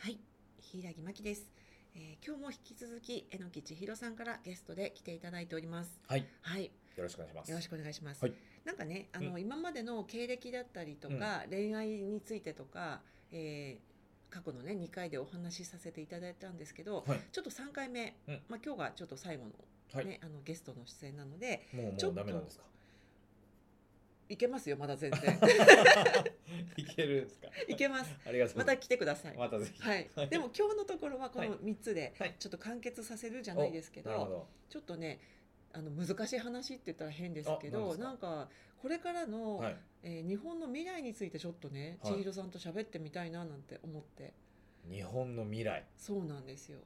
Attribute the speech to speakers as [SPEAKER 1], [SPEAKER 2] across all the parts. [SPEAKER 1] はい、柊木真希です、えー今日も引き続きえのき千尋さんからゲストで来ていただいております。
[SPEAKER 2] はい、
[SPEAKER 1] はい、
[SPEAKER 2] よろしくお願いします。
[SPEAKER 1] よろしくお願いします。
[SPEAKER 2] はい
[SPEAKER 1] なんかね、あの、
[SPEAKER 2] うん
[SPEAKER 1] 今までの経歴だったりとか、恋愛についてとか、えー過去のね2回でお話しさせていただいたんですけど、
[SPEAKER 2] はい、
[SPEAKER 1] ちょっと3回目、
[SPEAKER 2] うん
[SPEAKER 1] まあ今日がちょっと最後のね、
[SPEAKER 2] はい、
[SPEAKER 1] あのゲストの出演なので、
[SPEAKER 2] もう
[SPEAKER 1] ちょっ
[SPEAKER 2] もう
[SPEAKER 1] と
[SPEAKER 2] ダメな んですか。
[SPEAKER 1] いけますよまだ全然
[SPEAKER 2] いけるんですか。
[SPEAKER 1] いけます。
[SPEAKER 2] ありがとうご
[SPEAKER 1] ま
[SPEAKER 2] ざ
[SPEAKER 1] た
[SPEAKER 2] い
[SPEAKER 1] 来てください。
[SPEAKER 2] ます。またぜひ。
[SPEAKER 1] はい、でも今日のところはこの3つで
[SPEAKER 2] はい
[SPEAKER 1] ちょっと完結させるじゃないですけど、
[SPEAKER 2] なるほど。
[SPEAKER 1] ちょっとねあの難しい話って言ったら変ですけ
[SPEAKER 2] あ
[SPEAKER 1] ど
[SPEAKER 2] 何で
[SPEAKER 1] なん
[SPEAKER 2] すか
[SPEAKER 1] かこれからの、
[SPEAKER 2] はい。
[SPEAKER 1] えー日本の未来についてちょっとね、
[SPEAKER 2] はい
[SPEAKER 1] 千尋さんと喋ってみたいななんて思って
[SPEAKER 2] 日本の未来
[SPEAKER 1] そうなんですよ、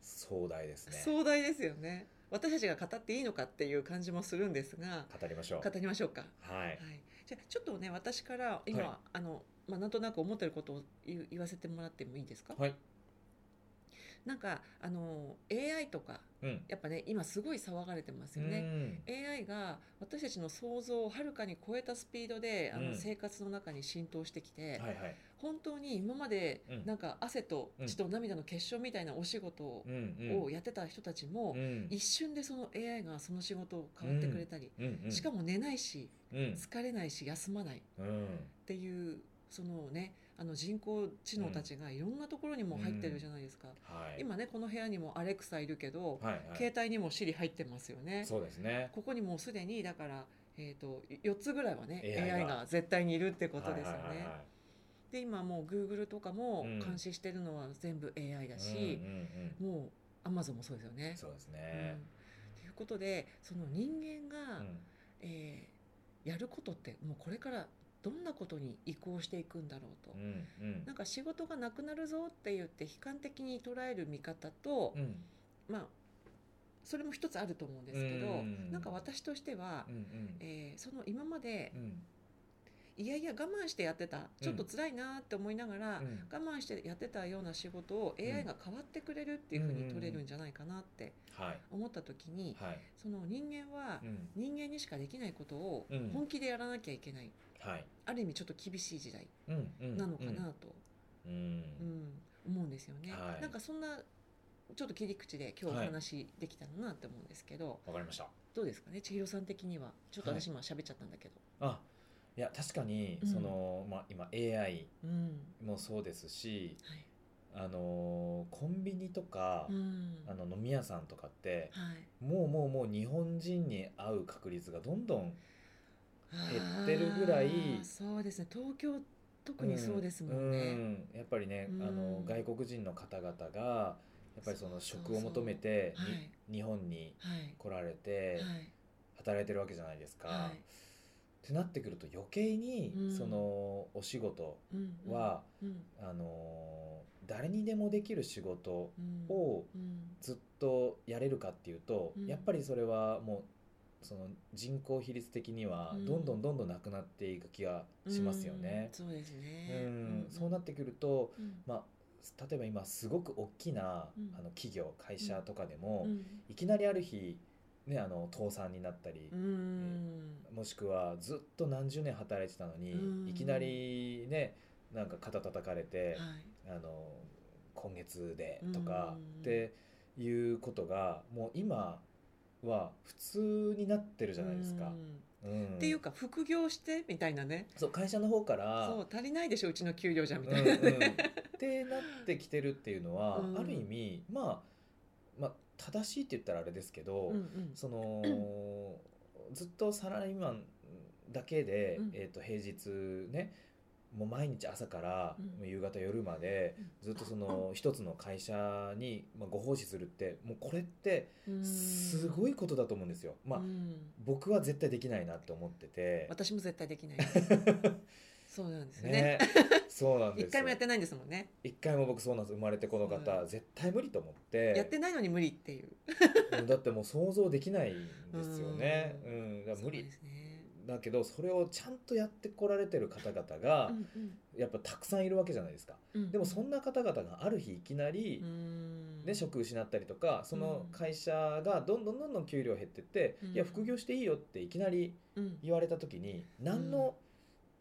[SPEAKER 2] 壮大ですね。
[SPEAKER 1] 壮大ですよね私たちが語っていいのかっていう感じもするんですが
[SPEAKER 2] 語りましょう。
[SPEAKER 1] 語りましょうか、
[SPEAKER 2] はい。
[SPEAKER 1] はい、じゃあちょっとね私から今、
[SPEAKER 2] はい
[SPEAKER 1] あのまあ、なんとなく思ってることを言う言わせてもらってもいいですか、
[SPEAKER 2] はい。
[SPEAKER 1] なんかあの AI とか
[SPEAKER 2] うん。
[SPEAKER 1] やっぱね今すごい騒がれてます
[SPEAKER 2] う
[SPEAKER 1] よね、
[SPEAKER 2] ん。
[SPEAKER 1] AI が私たちの想像をはるかに超えたスピードで、あ
[SPEAKER 2] う
[SPEAKER 1] の
[SPEAKER 2] ん
[SPEAKER 1] 生活の中に浸透してきて、
[SPEAKER 2] はいはい。
[SPEAKER 1] 本当に今まで
[SPEAKER 2] うん
[SPEAKER 1] なんか汗と
[SPEAKER 2] うん
[SPEAKER 1] 血と涙の結晶みたいなお仕事を
[SPEAKER 2] うん
[SPEAKER 1] をやってた人たちも
[SPEAKER 2] うん。うん。
[SPEAKER 1] 一瞬でその AI がその仕事を変わってくれたり、
[SPEAKER 2] うんうん。
[SPEAKER 1] しかも寝ないし
[SPEAKER 2] うん。
[SPEAKER 1] 疲れないし休まないっ
[SPEAKER 2] うん。
[SPEAKER 1] ていうそのねあの人工知能たちがいろんなところにも入ってるじゃないですか、
[SPEAKER 2] はい。
[SPEAKER 1] 今ねこの部屋にもアレクサいるけど、
[SPEAKER 2] はいはい。
[SPEAKER 1] 携帯にも Siri 入ってますよね。
[SPEAKER 2] そうですね。
[SPEAKER 1] ここにもうすでにだから、えー、と4つぐらいはね AI
[SPEAKER 2] AI
[SPEAKER 1] が
[SPEAKER 2] が
[SPEAKER 1] 絶対にいるってこと
[SPEAKER 2] はい
[SPEAKER 1] ですよ
[SPEAKER 2] はいはい
[SPEAKER 1] ね
[SPEAKER 2] は。
[SPEAKER 1] で今もう Google とかも
[SPEAKER 2] うん
[SPEAKER 1] 監視してるのは全部 AI だ
[SPEAKER 2] い。
[SPEAKER 1] し
[SPEAKER 2] うん、うん
[SPEAKER 1] もう Amazon もそうですよ
[SPEAKER 2] う
[SPEAKER 1] ね
[SPEAKER 2] ん。。そうです
[SPEAKER 1] と、
[SPEAKER 2] ね。
[SPEAKER 1] うん、ということでその人間が、
[SPEAKER 2] うん
[SPEAKER 1] えーやることってもうこれからどんなことに移行していくんだろうと。
[SPEAKER 2] うんうん
[SPEAKER 1] なんか仕事がなくなるぞって言って悲観的に捉える見方と、
[SPEAKER 2] うん
[SPEAKER 1] まあそれも一つあると思うんですけど、
[SPEAKER 2] うん
[SPEAKER 1] なんか私としては
[SPEAKER 2] う、んうん
[SPEAKER 1] えーその今まで
[SPEAKER 2] うん
[SPEAKER 1] いやいや我慢してやってたちょっと辛いなって思いながら、
[SPEAKER 2] うん
[SPEAKER 1] 我慢してやってたような仕事を
[SPEAKER 2] ん
[SPEAKER 1] AI が変わってくれるっていうふうに取れるんじゃないかなって
[SPEAKER 2] はい
[SPEAKER 1] 思った時に、
[SPEAKER 2] はい
[SPEAKER 1] その人間は
[SPEAKER 2] うん
[SPEAKER 1] 人間にしかできないことを
[SPEAKER 2] うん
[SPEAKER 1] 本気でやらなきゃいけない、
[SPEAKER 2] はい
[SPEAKER 1] ある意味ちょっと厳しい時代
[SPEAKER 2] うんうん
[SPEAKER 1] なのかなと、
[SPEAKER 2] う
[SPEAKER 1] うん
[SPEAKER 2] ん
[SPEAKER 1] 思うんですよね、
[SPEAKER 2] はい
[SPEAKER 1] なんかそんなちょっと切り口で今日お話できたらなって思うんですけど、
[SPEAKER 2] わかりました
[SPEAKER 1] どうですかね千尋さん的にはちょっと私今喋っちゃったんだけど。
[SPEAKER 2] あいや確かに
[SPEAKER 1] うん
[SPEAKER 2] そのまあ今 AI
[SPEAKER 1] うん
[SPEAKER 2] もそうですし
[SPEAKER 1] はい
[SPEAKER 2] あのーコンビニとか
[SPEAKER 1] うん
[SPEAKER 2] あの飲み屋さんとかって
[SPEAKER 1] はい
[SPEAKER 2] もうもうもう日本人に会う確率がどんどん
[SPEAKER 1] 減
[SPEAKER 2] ってるぐらい
[SPEAKER 1] そうですね東京特にそうですもん
[SPEAKER 2] う
[SPEAKER 1] ね、
[SPEAKER 2] んやっぱりね
[SPEAKER 1] うん
[SPEAKER 2] あの外国人の方々がやっぱりその
[SPEAKER 1] そうそう
[SPEAKER 2] 職を求めて
[SPEAKER 1] はい
[SPEAKER 2] に日本に
[SPEAKER 1] はい
[SPEAKER 2] 来られて
[SPEAKER 1] はい
[SPEAKER 2] 働いてるわけじゃないですか。
[SPEAKER 1] は
[SPEAKER 2] ってなってくると余計に
[SPEAKER 1] うん
[SPEAKER 2] そのお仕事
[SPEAKER 1] いうんうん
[SPEAKER 2] は、
[SPEAKER 1] うん
[SPEAKER 2] あのー誰にでもできる仕事
[SPEAKER 1] うん
[SPEAKER 2] を
[SPEAKER 1] うん
[SPEAKER 2] ずっとやれるかっていうと、
[SPEAKER 1] うん
[SPEAKER 2] やっぱりそれはもうその人口比率的には
[SPEAKER 1] うん
[SPEAKER 2] どんどんどんどんなくなっていく気がしますよね
[SPEAKER 1] うん。そうです
[SPEAKER 2] うん
[SPEAKER 1] ね
[SPEAKER 2] そうなってくると、
[SPEAKER 1] うん
[SPEAKER 2] まあ、例えば今すごく大きな、
[SPEAKER 1] うん
[SPEAKER 2] あの企業会社とかでも、
[SPEAKER 1] うん
[SPEAKER 2] いきなりある日、ね、あの倒産になったり
[SPEAKER 1] う、ん
[SPEAKER 2] もしくはずっと何十年働いてたのに、
[SPEAKER 1] うん
[SPEAKER 2] いきなりねなんか肩叩かれ
[SPEAKER 1] は
[SPEAKER 2] て。
[SPEAKER 1] い
[SPEAKER 2] あの今月でとか
[SPEAKER 1] うん
[SPEAKER 2] っていうことがもう今は普通になってるじゃないですか
[SPEAKER 1] う。ん
[SPEAKER 2] うん
[SPEAKER 1] っていうか副業してみたいなね
[SPEAKER 2] そう会社の方から
[SPEAKER 1] そう足りないでしょうちの給料じゃみたい
[SPEAKER 2] うん
[SPEAKER 1] な、
[SPEAKER 2] うんってなってきてるっていうのは、
[SPEAKER 1] うん
[SPEAKER 2] ある意味、まあ、まあ正しいって言ったらあれですけど、
[SPEAKER 1] うんうん
[SPEAKER 2] そのずっとサラリーマンだけで、
[SPEAKER 1] うん
[SPEAKER 2] えー、と平日ねもう毎日朝から
[SPEAKER 1] うん
[SPEAKER 2] もう夕方夜までずっとその一つの会社にまあご奉仕するってもうこれって
[SPEAKER 1] うん
[SPEAKER 2] すごいことだと思うんですよ。まあ
[SPEAKER 1] うん
[SPEAKER 2] 僕は絶対できないなって思ってて
[SPEAKER 1] 私も絶対できないそうなんですよね
[SPEAKER 2] ねそうなんで
[SPEAKER 1] 一
[SPEAKER 2] すよ
[SPEAKER 1] 回もやってないんですもんね
[SPEAKER 2] 一回も僕そうなんです生まれてこの方、
[SPEAKER 1] うん
[SPEAKER 2] 絶対無理と思って
[SPEAKER 1] やってないのに無理っていう
[SPEAKER 2] うんだってもう想像できないんですよね、う
[SPEAKER 1] うん
[SPEAKER 2] だから無
[SPEAKER 1] そう
[SPEAKER 2] 理
[SPEAKER 1] ですね
[SPEAKER 2] だけどそれをちゃんとやってこられてる方々がやっぱたくさんいるわけじゃないですか、でもそん
[SPEAKER 1] な
[SPEAKER 2] な方々がある日いきなり、ね、職失ったりとかその会社がどんどんどんどん給料減ってって、
[SPEAKER 1] うん
[SPEAKER 2] いや副業していいよっていきなり言われた時に何の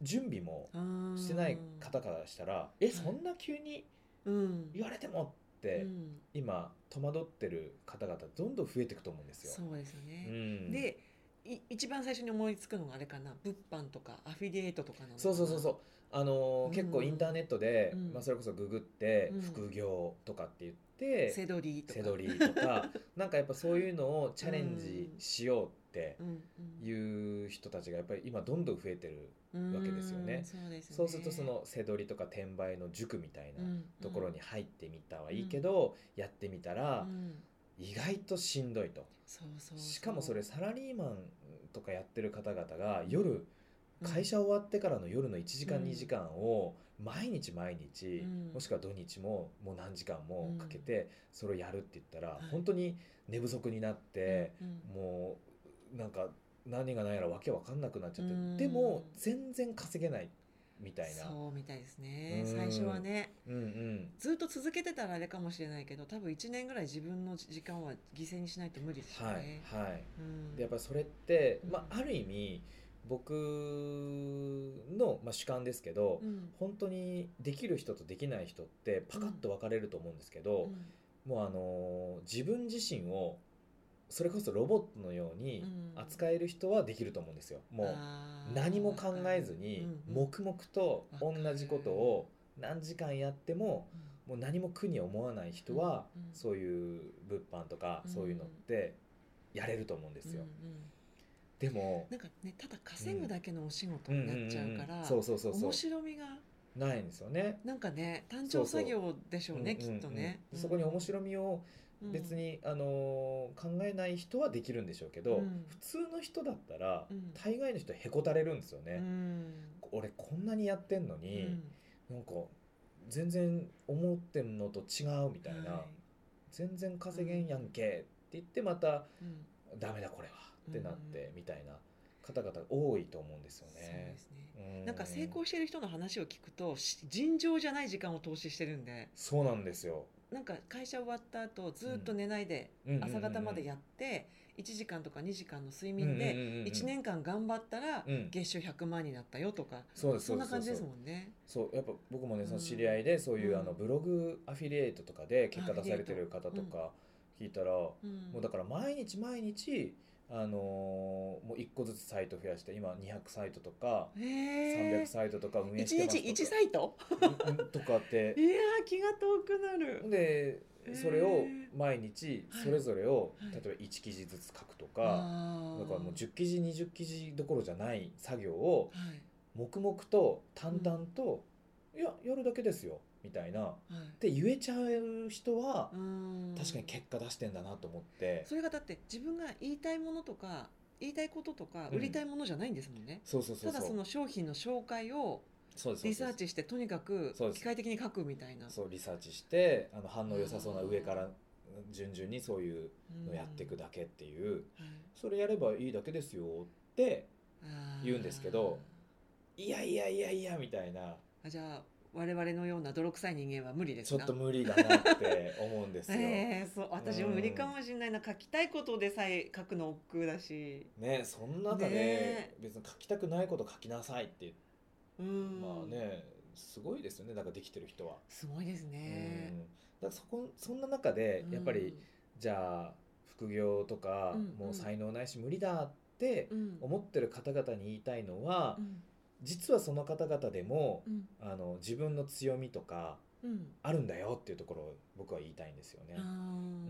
[SPEAKER 2] 準備もしてない方からしたら、えそんな急に
[SPEAKER 1] うん
[SPEAKER 2] 言われてもって、
[SPEAKER 1] うん
[SPEAKER 2] 今戸惑ってる方々どんどん増えていくと思うんですよ。
[SPEAKER 1] そうですよ
[SPEAKER 2] う
[SPEAKER 1] ね、
[SPEAKER 2] ん、
[SPEAKER 1] でい一番最初に思いつくのがあれかな物販とかアフィリエイトとかなのかな
[SPEAKER 2] そうそうそうそうあのー
[SPEAKER 1] うん
[SPEAKER 2] 結構インターネットで、
[SPEAKER 1] うん
[SPEAKER 2] まあ、それこそググって、
[SPEAKER 1] うん
[SPEAKER 2] 副業とかって言って
[SPEAKER 1] セドリーとか
[SPEAKER 2] せどり とかなんかやっぱそういうのをチャレンジしようって
[SPEAKER 1] うんうん
[SPEAKER 2] いう人たちがやっぱり今どんどん増えてる、わ
[SPEAKER 1] わ
[SPEAKER 2] けですよね
[SPEAKER 1] そうですよね
[SPEAKER 2] そうするとそのせどりとか転売の塾みたいなところに、入ってみたはいいけど、やってみた
[SPEAKER 1] うんう
[SPEAKER 2] ら
[SPEAKER 1] んうん
[SPEAKER 2] 意外としんどいと。
[SPEAKER 1] そうそうそう
[SPEAKER 2] しかもそれサラリーマンとかやってる方々が夜会社終わってからの夜の1時間
[SPEAKER 1] うん
[SPEAKER 2] 2時間を毎日毎日
[SPEAKER 1] うん
[SPEAKER 2] もしくは土日ももう何時間もかけてそれをやるって言ったら本当に寝不足になって
[SPEAKER 1] うんうん
[SPEAKER 2] もうなんか何がないやらわけわかんなくなっちゃっ
[SPEAKER 1] うん
[SPEAKER 2] てでも全然稼げないみたいな。
[SPEAKER 1] そうみたいですね
[SPEAKER 2] うん
[SPEAKER 1] 最初はね
[SPEAKER 2] うんうん
[SPEAKER 1] ずっと続けてたらあれかもしれないけど多分1年ぐらい自分の時間は犠牲にしないと無理ですよ
[SPEAKER 2] はい
[SPEAKER 1] ね、
[SPEAKER 2] はい
[SPEAKER 1] うん
[SPEAKER 2] でやっぱりそれって、
[SPEAKER 1] うん
[SPEAKER 2] まあ、ある意味僕の、まあ、主観ですけど、
[SPEAKER 1] うん
[SPEAKER 2] 本当にできる人とできない人ってパカッと分かれると思うんですけど、もうあのー自分自身をそれこそロボットのように
[SPEAKER 1] うん
[SPEAKER 2] 扱える人はできると思うんですよ。もう
[SPEAKER 1] あー
[SPEAKER 2] 何も考えずに
[SPEAKER 1] うんうん
[SPEAKER 2] 黙々と同じことを何時間やってももう何も苦に思わない人は
[SPEAKER 1] うんうん
[SPEAKER 2] そういう物販とか
[SPEAKER 1] うん
[SPEAKER 2] そういうのってやれると思うんですよ。
[SPEAKER 1] うんうん
[SPEAKER 2] でも
[SPEAKER 1] なんかねただ稼ぐだけのお仕事になっちゃうから、
[SPEAKER 2] んんんそうそうそうそ
[SPEAKER 1] 面
[SPEAKER 2] う
[SPEAKER 1] 白みが
[SPEAKER 2] ないんですよね。
[SPEAKER 1] なんかね単調作業でしょうね
[SPEAKER 2] うんうんうん
[SPEAKER 1] きっとね、
[SPEAKER 2] でそこに面
[SPEAKER 1] い
[SPEAKER 2] 白みを別に、あのー考えない人はできるんでしょうけど、
[SPEAKER 1] うん
[SPEAKER 2] 普通の人だったら、
[SPEAKER 1] うん
[SPEAKER 2] 大概の人へこたれるんですよね、俺こんなにやってんの
[SPEAKER 1] い
[SPEAKER 2] に、なんか全然思ってんのと違うみたいな、全然稼げんやんけって言ってまた、ダメだこれはってなって、みたいな方々が多いと思うんですよ
[SPEAKER 1] そう
[SPEAKER 2] ね
[SPEAKER 1] で。すね
[SPEAKER 2] う
[SPEAKER 1] なんか成功してる人の話を聞くとし尋常じゃない時間を投資してるんで
[SPEAKER 2] そうなんですよ、
[SPEAKER 1] なんか会社終わった後ずっと寝ないで
[SPEAKER 2] うんうんうんうん
[SPEAKER 1] 朝方までやって1時間とか2時間の睡眠で1年間頑張ったら
[SPEAKER 2] うん
[SPEAKER 1] 月収100万になったよとか
[SPEAKER 2] そうです
[SPEAKER 1] そんな感じです
[SPEAKER 2] そう
[SPEAKER 1] もんね。
[SPEAKER 2] そうやっぱ僕もね
[SPEAKER 1] うん
[SPEAKER 2] その知り合いでそういううんあのブログアフィリエイトとかで結果
[SPEAKER 1] アフィリ
[SPEAKER 2] 出さ
[SPEAKER 1] エイ
[SPEAKER 2] れ
[SPEAKER 1] ト
[SPEAKER 2] てる方とか聞いたらも
[SPEAKER 1] も
[SPEAKER 2] うだから毎日毎日あのーもう1個ずつサイト増やして今200サイトとか300
[SPEAKER 1] 300
[SPEAKER 2] サイトとか運営し
[SPEAKER 1] 一
[SPEAKER 2] て
[SPEAKER 1] 日一サイト
[SPEAKER 2] イトとかっ
[SPEAKER 1] い
[SPEAKER 2] て
[SPEAKER 1] やー気が遠くなる
[SPEAKER 2] で
[SPEAKER 1] へー
[SPEAKER 2] それを毎日
[SPEAKER 1] はい
[SPEAKER 2] それぞれを
[SPEAKER 1] はい
[SPEAKER 2] 例えば1記事ずつ書くと
[SPEAKER 1] あ
[SPEAKER 2] か
[SPEAKER 1] ー
[SPEAKER 2] だからもう10記事20記事どころじゃない作業を
[SPEAKER 1] はい
[SPEAKER 2] 黙々と淡々と「いややるだけですよ」みたいな。
[SPEAKER 1] はい
[SPEAKER 2] って言えちゃう人は
[SPEAKER 1] うーん
[SPEAKER 2] 確かに結果出してんだなと思って、
[SPEAKER 1] それがだって自分が言いたいものとか言いたいこととか
[SPEAKER 2] うん
[SPEAKER 1] 売りたいものじゃないんですもんね、
[SPEAKER 2] そうそうそう
[SPEAKER 1] ただその商品の紹介を
[SPEAKER 2] そうです
[SPEAKER 1] リサーチしてとにかく
[SPEAKER 2] そうです
[SPEAKER 1] 機械的に書くみたいな
[SPEAKER 2] そうリサーチしてあの反応良さそうな上から順々にそういう
[SPEAKER 1] うん
[SPEAKER 2] のやっていくだけっていう、
[SPEAKER 1] はい
[SPEAKER 2] それやればいいだけですよって
[SPEAKER 1] あー
[SPEAKER 2] 言うんですけどいやいやいやいやみたいな
[SPEAKER 1] あじゃあ我々のような泥臭い人間は無理です
[SPEAKER 2] ちょ
[SPEAKER 1] な
[SPEAKER 2] っと無理だなって思うんです よ。
[SPEAKER 1] えー、そう私も
[SPEAKER 2] うん
[SPEAKER 1] 無理かもしれないな書きたいことでさえ書くの億劫だし
[SPEAKER 2] ね、その中で、
[SPEAKER 1] ね
[SPEAKER 2] 別に書きたくないこと書きなさいって言って、
[SPEAKER 1] うん
[SPEAKER 2] まあねすごいですよねなんかできてる人は。
[SPEAKER 1] すごいですね
[SPEAKER 2] うん、だからそこそんな中でやっぱり、じゃあ副業とか、
[SPEAKER 1] うん
[SPEAKER 2] もう才能ないし無理だって
[SPEAKER 1] うん
[SPEAKER 2] 思ってる方々に言いたいのは、
[SPEAKER 1] うん
[SPEAKER 2] 実はその方々でも
[SPEAKER 1] う、ん
[SPEAKER 2] あの自分の強みとか
[SPEAKER 1] うん
[SPEAKER 2] あるんだよっていうところを僕は言いたいんですよね。
[SPEAKER 1] あ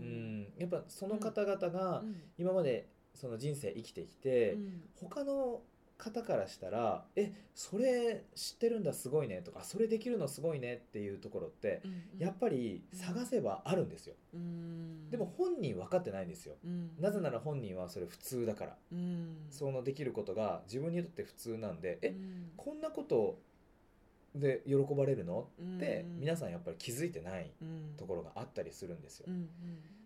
[SPEAKER 1] ー
[SPEAKER 2] うんやっぱその方々が
[SPEAKER 1] うん
[SPEAKER 2] 今までその人生生きてきて、
[SPEAKER 1] うん
[SPEAKER 2] 他の方からしたら「えそれ知ってるんだすごいね」とか「それできるのすごいね」っていうところって
[SPEAKER 1] うん
[SPEAKER 2] やっぱり探せばあるんですよ。
[SPEAKER 1] うん
[SPEAKER 2] でも本人分かってないんですよ。
[SPEAKER 1] うん
[SPEAKER 2] なぜなら本人はそれ普通だから
[SPEAKER 1] うん
[SPEAKER 2] そのできることが自分にとって普通なんで
[SPEAKER 1] う
[SPEAKER 2] え
[SPEAKER 1] ん
[SPEAKER 2] こんなことで喜ばれるのって
[SPEAKER 1] うんうん
[SPEAKER 2] 皆さんやっぱり気づいてない
[SPEAKER 1] うん
[SPEAKER 2] ところがあったりするんですよ
[SPEAKER 1] うんうん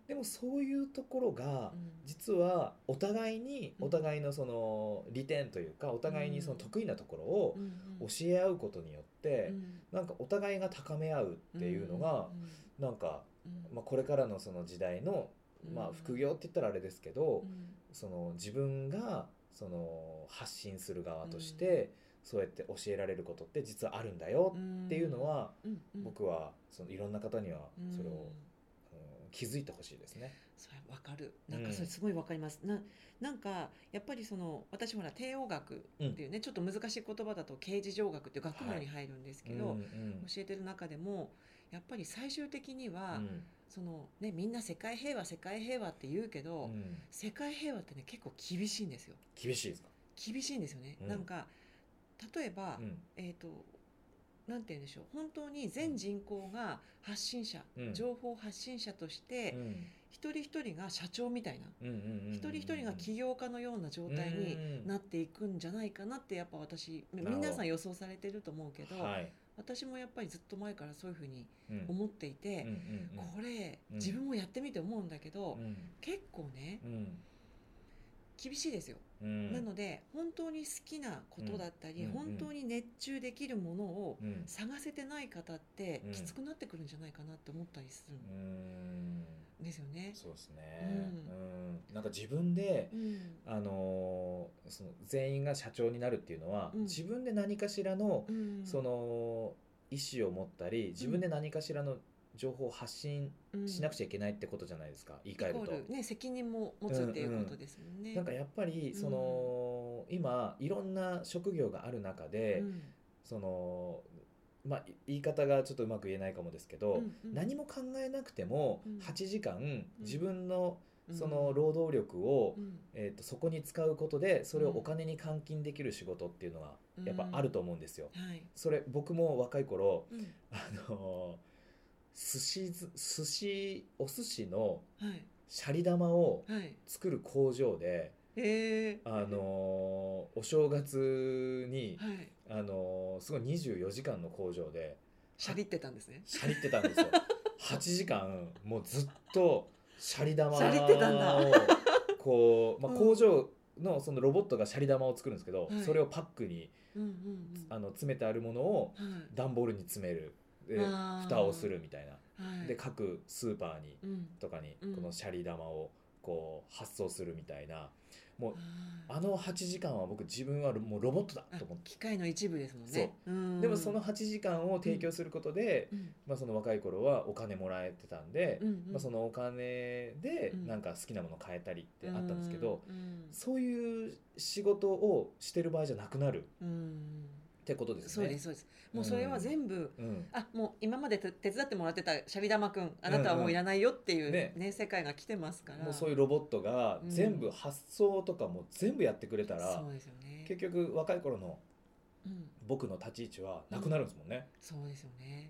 [SPEAKER 2] でもそういうところが
[SPEAKER 1] うん
[SPEAKER 2] 実はお互いに
[SPEAKER 1] うん
[SPEAKER 2] お互いのその利点というかお互いにその得意なところを
[SPEAKER 1] うんう
[SPEAKER 2] 教
[SPEAKER 1] ん
[SPEAKER 2] え合うことによって
[SPEAKER 1] うん
[SPEAKER 2] なんかお互いが高め合うっていうのが
[SPEAKER 1] うん
[SPEAKER 2] なんか
[SPEAKER 1] うんうん
[SPEAKER 2] まあこれからのその時代のまあ
[SPEAKER 1] うん
[SPEAKER 2] 副業って言ったらあれですけど
[SPEAKER 1] うん
[SPEAKER 2] その自分がその発信する側としてそうやって教えられることって実はあるんだよっていうのは
[SPEAKER 1] うんうん
[SPEAKER 2] 僕はそのいろんな方にはそれ
[SPEAKER 1] うん
[SPEAKER 2] をうん気づいてほしいですね。
[SPEAKER 1] それわかるなんか
[SPEAKER 2] うん
[SPEAKER 1] それすごいわかります、ななんかやっぱりその私ほら帝王学っていうね、ちょっと難しい言葉だと刑事上学っていう学問に入るんですけど、
[SPEAKER 2] うんうん
[SPEAKER 1] 教えてる中でもやっぱり最終的には、
[SPEAKER 2] うん
[SPEAKER 1] そのねみんな世界平和世界平和って言うけど、
[SPEAKER 2] うん
[SPEAKER 1] 世界平和ってね結構厳しいんですよ
[SPEAKER 2] 厳しいですか、
[SPEAKER 1] 厳しいんですよね、
[SPEAKER 2] うん
[SPEAKER 1] なんか例えば、
[SPEAKER 2] うん
[SPEAKER 1] えっ、となんて言うんでしょう本当に全人口が発信者、
[SPEAKER 2] うん
[SPEAKER 1] 情報発信者として、
[SPEAKER 2] うん
[SPEAKER 1] 一人一人が社長みたいな、
[SPEAKER 2] うんうんうんうん
[SPEAKER 1] 一人一人が起業家のような状態になっていくんじゃないかなってやっぱ私
[SPEAKER 2] るほど
[SPEAKER 1] 皆さん予想されてると思うけど、
[SPEAKER 2] はい
[SPEAKER 1] 私もやっぱりずっと前からそういうふうに
[SPEAKER 2] うん
[SPEAKER 1] 思っていて
[SPEAKER 2] うん、うん
[SPEAKER 1] これ、
[SPEAKER 2] うん
[SPEAKER 1] 自分もやってみて思うんだけど、
[SPEAKER 2] うん
[SPEAKER 1] 結構ね
[SPEAKER 2] うん
[SPEAKER 1] 厳しいですよ、
[SPEAKER 2] うん
[SPEAKER 1] なので本当に好きなことだったり、
[SPEAKER 2] うん
[SPEAKER 1] 本当に熱中できるものを
[SPEAKER 2] うん
[SPEAKER 1] 探せてない方って
[SPEAKER 2] うん
[SPEAKER 1] きつくなってくるんじゃないかなって思ったりする
[SPEAKER 2] うんん
[SPEAKER 1] ですよね。
[SPEAKER 2] そうですね、うんなんか自分で
[SPEAKER 1] うん
[SPEAKER 2] あのーその全員が社長になるっていうのは、
[SPEAKER 1] うん
[SPEAKER 2] 自分で何かしらの、
[SPEAKER 1] うん
[SPEAKER 2] その意思を持ったり自分で何かしらの情報を発信しなく
[SPEAKER 1] ゃ
[SPEAKER 2] ちゃいけないってことじゃないですか、言い
[SPEAKER 1] イコ
[SPEAKER 2] 換えると。
[SPEAKER 1] ールね責任も持つっていうことですもんね。
[SPEAKER 2] なんかやっぱりその、今いろんな職業がある中で、
[SPEAKER 1] うん
[SPEAKER 2] そのまあい言い方がちょっとうまく言えないかもですけど、
[SPEAKER 1] うんうん
[SPEAKER 2] 何も考えなくても
[SPEAKER 1] うん
[SPEAKER 2] 8時間
[SPEAKER 1] うん
[SPEAKER 2] 自分の
[SPEAKER 1] うん
[SPEAKER 2] その労働力を、
[SPEAKER 1] うん
[SPEAKER 2] えー、とそこに使うことでそれをお金に換金できる仕事っていうのはやっぱあると思うんですよ。
[SPEAKER 1] はい。
[SPEAKER 2] それ僕も若い頃
[SPEAKER 1] うん
[SPEAKER 2] あの寿司ず寿司お寿司の
[SPEAKER 1] はい
[SPEAKER 2] シャリ玉を
[SPEAKER 1] はい。
[SPEAKER 2] 作る工場で
[SPEAKER 1] えー
[SPEAKER 2] あのーお正月に、
[SPEAKER 1] はい。
[SPEAKER 2] あのーすごい24時間の工場で
[SPEAKER 1] シャリってたんですね。
[SPEAKER 2] シャリってた んですよ8時間もうずっとシャリ玉を
[SPEAKER 1] シャリってたんだ
[SPEAKER 2] こう、まあ、
[SPEAKER 1] うん
[SPEAKER 2] 工場のそのロボットがシャリ玉を作るんですけど、
[SPEAKER 1] はい
[SPEAKER 2] それをパックに
[SPEAKER 1] うんうん
[SPEAKER 2] あの詰めてあるものを
[SPEAKER 1] うん。はい。
[SPEAKER 2] 段ボールに詰めるで
[SPEAKER 1] あー
[SPEAKER 2] 蓋をするみたいな、
[SPEAKER 1] はい。
[SPEAKER 2] で各スーパーに
[SPEAKER 1] うん。
[SPEAKER 2] とかに
[SPEAKER 1] うん
[SPEAKER 2] このシャリ玉をこう発送するみたいなもう
[SPEAKER 1] あ
[SPEAKER 2] あの8時間は僕自分はもうロボットだ
[SPEAKER 1] ー
[SPEAKER 2] と思って
[SPEAKER 1] 機械の一部ですもんね。うん
[SPEAKER 2] でもその8時間を提供することで、
[SPEAKER 1] うん
[SPEAKER 2] まあ、その若い頃はお金もらえてたんで、
[SPEAKER 1] うんうん
[SPEAKER 2] まあ、そのお金で
[SPEAKER 1] うん
[SPEAKER 2] なんか好きなもの買えたりってあったんですけど、
[SPEAKER 1] うん
[SPEAKER 2] そういう仕事をしてる場合じゃなくなる
[SPEAKER 1] うん
[SPEAKER 2] ってことです
[SPEAKER 1] そう
[SPEAKER 2] ね。
[SPEAKER 1] ですそうです。もうそれは全部
[SPEAKER 2] うん
[SPEAKER 1] あもう今までて手伝ってもらってたシャリ玉くんあなたはもういらないよっていう
[SPEAKER 2] うん
[SPEAKER 1] ね
[SPEAKER 2] ね
[SPEAKER 1] 世界が来てますから
[SPEAKER 2] もうそういうロボットが
[SPEAKER 1] うん
[SPEAKER 2] 全部発送とかも全部やってくれたら、
[SPEAKER 1] そうですよね
[SPEAKER 2] 結局若い頃の
[SPEAKER 1] うん、
[SPEAKER 2] 僕の立ち位置はなくなるんですもんね。
[SPEAKER 1] そうですよね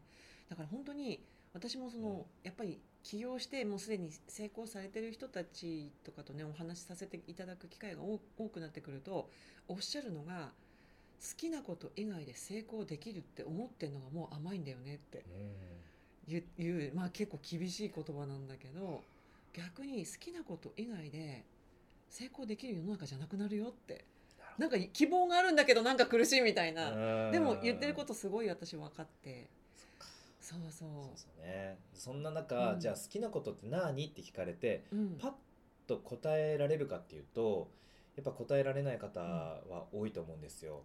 [SPEAKER 1] だから本当に私もその、やっぱり起業してもうすでに成功されてる人たちとかとねお話しさせていただく機会が多多くなってくるとおっしゃるのが好きなこと以外で成功できるって思ってるのがもう甘いんだよねって言う言うまあ結構厳しい言葉なんだけど逆に好きなこと以外で成功できる世の中じゃなくなるよってなんか希望があるんだけどなんか苦しいみたいな
[SPEAKER 2] うん
[SPEAKER 1] でも言ってることすごい私分かって
[SPEAKER 2] そっか
[SPEAKER 1] そうそう
[SPEAKER 2] そうですねそんな中、
[SPEAKER 1] うん
[SPEAKER 2] じゃあ好きなことって何って聞かれて
[SPEAKER 1] うん
[SPEAKER 2] パッと答えられるかっていうとやっぱ答えられない方は多いと思うんですよ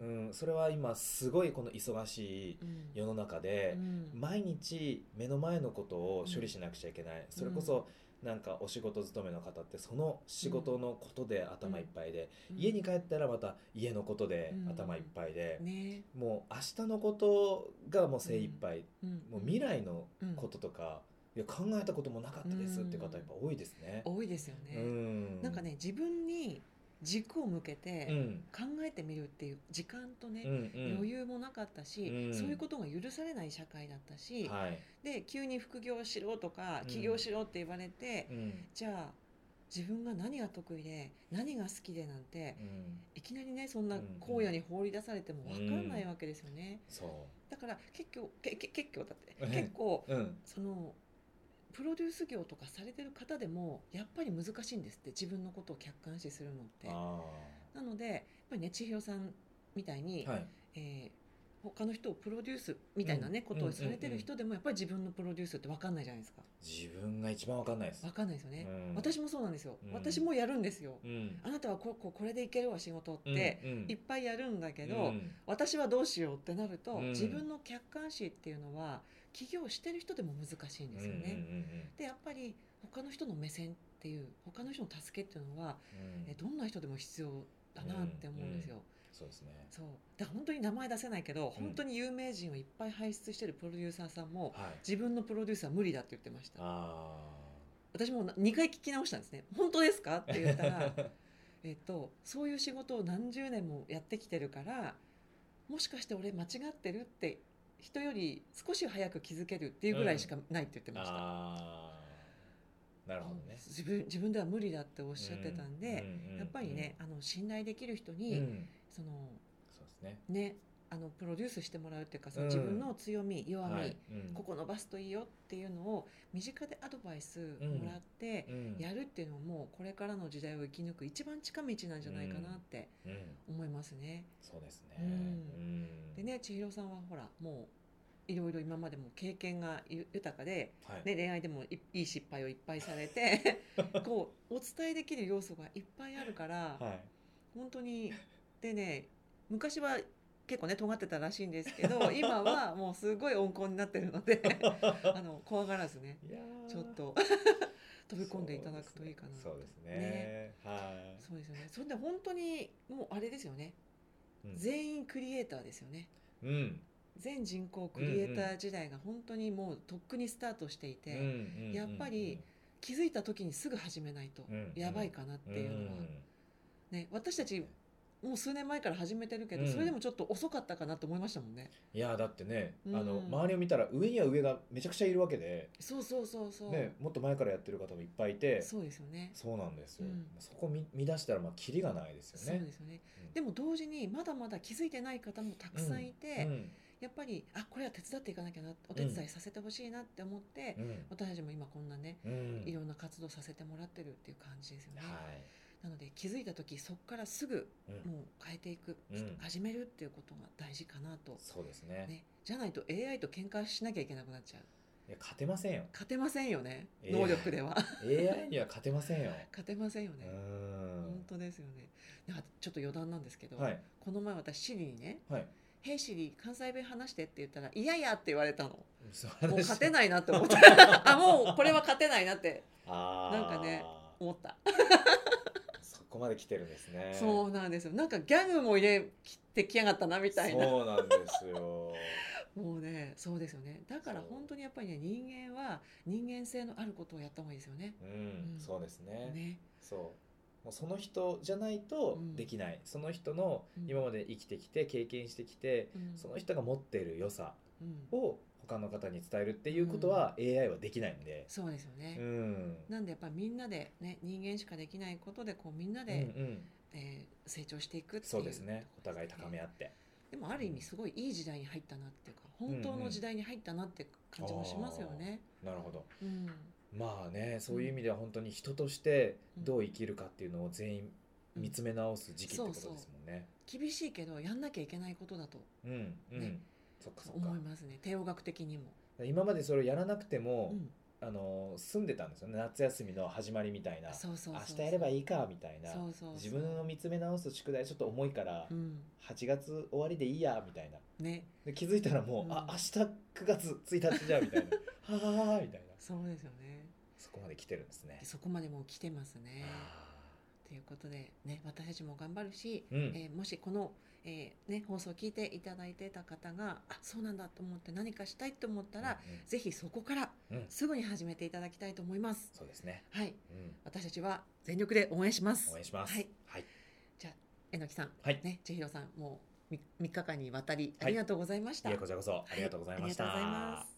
[SPEAKER 1] う、ん
[SPEAKER 2] うん、それは今すごいこの忙しい
[SPEAKER 1] うんうん
[SPEAKER 2] 世の中で
[SPEAKER 1] う、ん
[SPEAKER 2] 毎日目の前のことを処理しなくちゃいけない、それこそなんかお仕事勤めの方ってその仕事のことで頭いっぱいで、
[SPEAKER 1] うん
[SPEAKER 2] 家に帰ったらまた家のことで
[SPEAKER 1] うん
[SPEAKER 2] 頭いっぱいで、
[SPEAKER 1] ね
[SPEAKER 2] もう明日のことがもう精一杯、もう未来のこととか、いや考えたこともなかったですって方やっぱ多いですね。
[SPEAKER 1] 多いですよ
[SPEAKER 2] う
[SPEAKER 1] ね
[SPEAKER 2] ん、
[SPEAKER 1] なんかね自分に軸を向け
[SPEAKER 2] う
[SPEAKER 1] て
[SPEAKER 2] ん、
[SPEAKER 1] 考えてみるっていう時間と
[SPEAKER 2] う
[SPEAKER 1] ね
[SPEAKER 2] んうん、
[SPEAKER 1] 余裕もなかったし
[SPEAKER 2] うん
[SPEAKER 1] そういうことが許されない社会だったし
[SPEAKER 2] はい、
[SPEAKER 1] で急に副業しろとか
[SPEAKER 2] うん
[SPEAKER 1] 起業しろって言われて
[SPEAKER 2] うん
[SPEAKER 1] じゃあ自分が何が得意で何が好きでなんて
[SPEAKER 2] うん、
[SPEAKER 1] いきなりねそんな
[SPEAKER 2] うんうん
[SPEAKER 1] 荒野に放り出されても分かんないわけですよね、
[SPEAKER 2] そ
[SPEAKER 1] だから結局けけ結局だって
[SPEAKER 2] うん
[SPEAKER 1] 結構
[SPEAKER 2] う、うん、
[SPEAKER 1] そのプロデュース業とかされてる方でもやっぱり難しいんですって自分のことを客観視するのって。
[SPEAKER 2] あ
[SPEAKER 1] なのでやっぱりね千尋さんみたいに、
[SPEAKER 2] あ、はい、
[SPEAKER 1] えー他の人をプロデュースみたいなね、
[SPEAKER 2] うん
[SPEAKER 1] ことをされてる人でもやっぱり自分のプロデュースって分かんないじゃないですか
[SPEAKER 2] 自分が一番わかんないです
[SPEAKER 1] 分。かんないですよね、
[SPEAKER 2] うん
[SPEAKER 1] 私もそうなんですよ、
[SPEAKER 2] うん
[SPEAKER 1] 私もやるんですよ、
[SPEAKER 2] うん、
[SPEAKER 1] あなたはこここれでいけるわ仕事って、
[SPEAKER 2] うん、うん
[SPEAKER 1] いっぱいやるんだけど、
[SPEAKER 2] うん
[SPEAKER 1] 私はどうしようってなると、
[SPEAKER 2] うん
[SPEAKER 1] 自分の客観視っていうのは起業してる人でも難しいんですよね、
[SPEAKER 2] うんうん
[SPEAKER 1] でやっぱり他の人の目線っていう他の人の助けっていうのは、
[SPEAKER 2] うんうん
[SPEAKER 1] えどんな人でも必要だなって思うんですよ、
[SPEAKER 2] そうですね。
[SPEAKER 1] そうだから本当に名前出せないけど、
[SPEAKER 2] うん
[SPEAKER 1] 本当に有名人をいっぱい輩出してるプロデューサーさんも
[SPEAKER 2] はい。
[SPEAKER 1] 自分のプロデュースは無理だって言ってました
[SPEAKER 2] あ
[SPEAKER 1] 私も2回聞き直したんですね「本当ですか?」っ
[SPEAKER 2] あ。
[SPEAKER 1] て言ったらえっとそういう仕事を何十年もやってきてるからもしかして俺間違ってるって人より少し早く気づけるっていうぐらいしかないって言ってました、
[SPEAKER 2] ああ。なるほどね。
[SPEAKER 1] 自分自分では無理だっておっしゃってたん
[SPEAKER 2] う
[SPEAKER 1] で、
[SPEAKER 2] ん、うん
[SPEAKER 1] やっぱりね、。あの信頼できる人
[SPEAKER 2] うん
[SPEAKER 1] に、
[SPEAKER 2] うん。
[SPEAKER 1] その
[SPEAKER 2] そうですね。
[SPEAKER 1] ねあのプロデュースしてもらうっていうかその
[SPEAKER 2] うん
[SPEAKER 1] 自分の強み、弱み、
[SPEAKER 2] はい。うん
[SPEAKER 1] ここ伸ばすといいよっていうのを身近でアドバイスもらって
[SPEAKER 2] うん
[SPEAKER 1] やるっていうのもこれからの時代を生き抜く一番近道なんじゃないかなって
[SPEAKER 2] うん。
[SPEAKER 1] 思いますね。
[SPEAKER 2] そうですね。
[SPEAKER 1] うん
[SPEAKER 2] うん
[SPEAKER 1] で。ね千尋さんはほらもういろいろ今までも経験がゆ豊かで、
[SPEAKER 2] はい。
[SPEAKER 1] ね、恋愛でもいいい失敗をいっぱいされ てこうお伝えできる要素がいっぱいあるから
[SPEAKER 2] はい。
[SPEAKER 1] 本当にでね昔は結構ね尖ってたらしいんですけ ど今はもうすごい温厚になってるのであの怖がらずね
[SPEAKER 2] いやー
[SPEAKER 1] ちょっ と飛び込んでいただくといいかな
[SPEAKER 2] そうですね。
[SPEAKER 1] ね
[SPEAKER 2] はい。
[SPEAKER 1] そうですよねそれで本当にもうあれですよね、
[SPEAKER 2] うん
[SPEAKER 1] 全員クリエイターですよね
[SPEAKER 2] うん。
[SPEAKER 1] 全人口クリエイター時代が本当にもうとっくにスタートしていて、
[SPEAKER 2] うん
[SPEAKER 1] やっぱり、気づいた時にすぐ始めないと
[SPEAKER 2] うん
[SPEAKER 1] やばいかなっ
[SPEAKER 2] う
[SPEAKER 1] て
[SPEAKER 2] ん
[SPEAKER 1] いうのは、
[SPEAKER 2] ん
[SPEAKER 1] ね、私たちもう数年前から始めてるけど、
[SPEAKER 2] うん
[SPEAKER 1] それでもちょっと遅かったかなと思いましたもんね
[SPEAKER 2] いやーだってね、
[SPEAKER 1] うん
[SPEAKER 2] あの周りを見たら上には上がめちゃくちゃいるわけで、
[SPEAKER 1] そうそうそうそう、
[SPEAKER 2] ね、もっと前からやってる方もいっぱいいて
[SPEAKER 1] そうですよね
[SPEAKER 2] そうなんですよ、
[SPEAKER 1] うん
[SPEAKER 2] そこ見見出したらまあキリがないです
[SPEAKER 1] そ
[SPEAKER 2] よ
[SPEAKER 1] う
[SPEAKER 2] ね
[SPEAKER 1] ですよね、
[SPEAKER 2] うん
[SPEAKER 1] でも同時にまだまだ気づいてない方もたくさんいて、
[SPEAKER 2] うん
[SPEAKER 1] やっぱりあこれは手伝っていかなきゃなお手伝いさせてほしいなって思って、
[SPEAKER 2] うん
[SPEAKER 1] 私たちも今こんなね
[SPEAKER 2] うん
[SPEAKER 1] いろんな活動させてもらってるっていう感じですよね、
[SPEAKER 2] はい
[SPEAKER 1] なので気づいた時そこからすぐ
[SPEAKER 2] うん
[SPEAKER 1] もう変えていく、
[SPEAKER 2] うん
[SPEAKER 1] 始めるっていうことが大事かなと、
[SPEAKER 2] そうですね
[SPEAKER 1] ね、じゃないと AI と喧嘩しなきゃいけなくなっちゃう
[SPEAKER 2] いや勝てませんよ
[SPEAKER 1] 勝てませんよね
[SPEAKER 2] AI
[SPEAKER 1] 能力では
[SPEAKER 2] AI には勝てませんよ
[SPEAKER 1] 勝てませんよ
[SPEAKER 2] う
[SPEAKER 1] ね、本
[SPEAKER 2] ん
[SPEAKER 1] 当ですよねなんかちょっと余談なんですけど、
[SPEAKER 2] はい
[SPEAKER 1] この前私シリにね
[SPEAKER 2] はい
[SPEAKER 1] 「ヘイシリ関西弁話して」って言ったら「いやいや」って言われたの。
[SPEAKER 2] そう
[SPEAKER 1] もう勝て
[SPEAKER 2] い
[SPEAKER 1] ないなって思った あもうこれは勝てないなって
[SPEAKER 2] あー
[SPEAKER 1] なんかね思った、
[SPEAKER 2] そこまで来てるんですね
[SPEAKER 1] そうなんですよなんかギャグも入れきってきやがったなみたいな
[SPEAKER 2] そうなんですよ
[SPEAKER 1] もうねそうですよねだから
[SPEAKER 2] そう
[SPEAKER 1] 本当にやっぱりね人間は人間性のあることをやった方がいいですよね
[SPEAKER 2] うん、
[SPEAKER 1] うん
[SPEAKER 2] そうですね
[SPEAKER 1] ね
[SPEAKER 2] そうもうその人じゃないと
[SPEAKER 1] うん
[SPEAKER 2] できない、その人の
[SPEAKER 1] うん
[SPEAKER 2] 今まで生きてきて経験してきて、
[SPEAKER 1] うん
[SPEAKER 2] その人が持っている良さ
[SPEAKER 1] うん
[SPEAKER 2] を他の方に伝えるっていうことは AI はできないんで、
[SPEAKER 1] そうですよね
[SPEAKER 2] うん、うん
[SPEAKER 1] なんでやっぱりみんなでね人間しかできないことでこうみんな
[SPEAKER 2] う
[SPEAKER 1] で、
[SPEAKER 2] ん、
[SPEAKER 1] えー成長していくっていう
[SPEAKER 2] そうですねお
[SPEAKER 1] ところ
[SPEAKER 2] 互い
[SPEAKER 1] ですね
[SPEAKER 2] 高め合って
[SPEAKER 1] でもある意味すごいいい時代に入ったなっていうか本当の時代に入ったなって感じもしますよね、
[SPEAKER 2] なるほど
[SPEAKER 1] うん
[SPEAKER 2] まあねそういう意味では本当に人としてどう生きるかっていうのを全員見つめ直す時期ってことですもんね。
[SPEAKER 1] 厳しいけどやんなきゃいけないことだと
[SPEAKER 2] うんうん、
[SPEAKER 1] ね
[SPEAKER 2] そっかそっか
[SPEAKER 1] 思いますね帝王学的にも、
[SPEAKER 2] 今までそれをやらなくても、
[SPEAKER 1] うん
[SPEAKER 2] あの住んでたんですよね夏休みの始まりみたいな
[SPEAKER 1] そうそうそう
[SPEAKER 2] 明日やればいいかみたいな
[SPEAKER 1] そうそうそう
[SPEAKER 2] 自分を見つめ直す宿題ちょっと重いから、
[SPEAKER 1] うん
[SPEAKER 2] 8月終わりでいいやみたいな
[SPEAKER 1] ね
[SPEAKER 2] で気づいたらもう、
[SPEAKER 1] うん
[SPEAKER 2] あ明日9月1日じゃんみたい なはあみたいな
[SPEAKER 1] そうですよね
[SPEAKER 2] そこまで来てるんですね
[SPEAKER 1] でそこまでもう来てますね
[SPEAKER 2] あ
[SPEAKER 1] ということでね私たちも頑張るし、
[SPEAKER 2] ーうん、
[SPEAKER 1] えーもしこの、えーね、放送を聞いていただいてた方があそうなんだと思って何かしたいと思ったら、ぜひそこから
[SPEAKER 2] うん、うん
[SPEAKER 1] すぐに始めていただきたいと思います
[SPEAKER 2] そうですね、
[SPEAKER 1] はい
[SPEAKER 2] うん、
[SPEAKER 1] 私たちは全力で応援します
[SPEAKER 2] 応援します
[SPEAKER 1] はい、
[SPEAKER 2] はい、
[SPEAKER 1] えのきさん、
[SPEAKER 2] はい
[SPEAKER 1] ね、千尋さんもうみ3日間にわたりありがとうございました、
[SPEAKER 2] いやこちらこそありがとうございました、
[SPEAKER 1] ありがとうございます